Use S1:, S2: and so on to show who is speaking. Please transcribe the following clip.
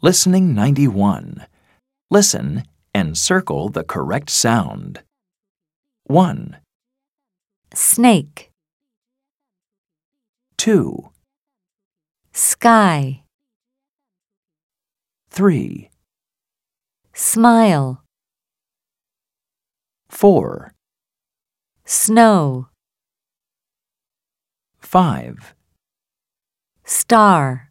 S1: Listening 91. Listen and circle the correct sound. 1,
S2: snake,
S1: 2,
S2: sky,
S1: 3,
S2: smile,
S1: 4,
S2: snow,
S1: 5.
S2: star.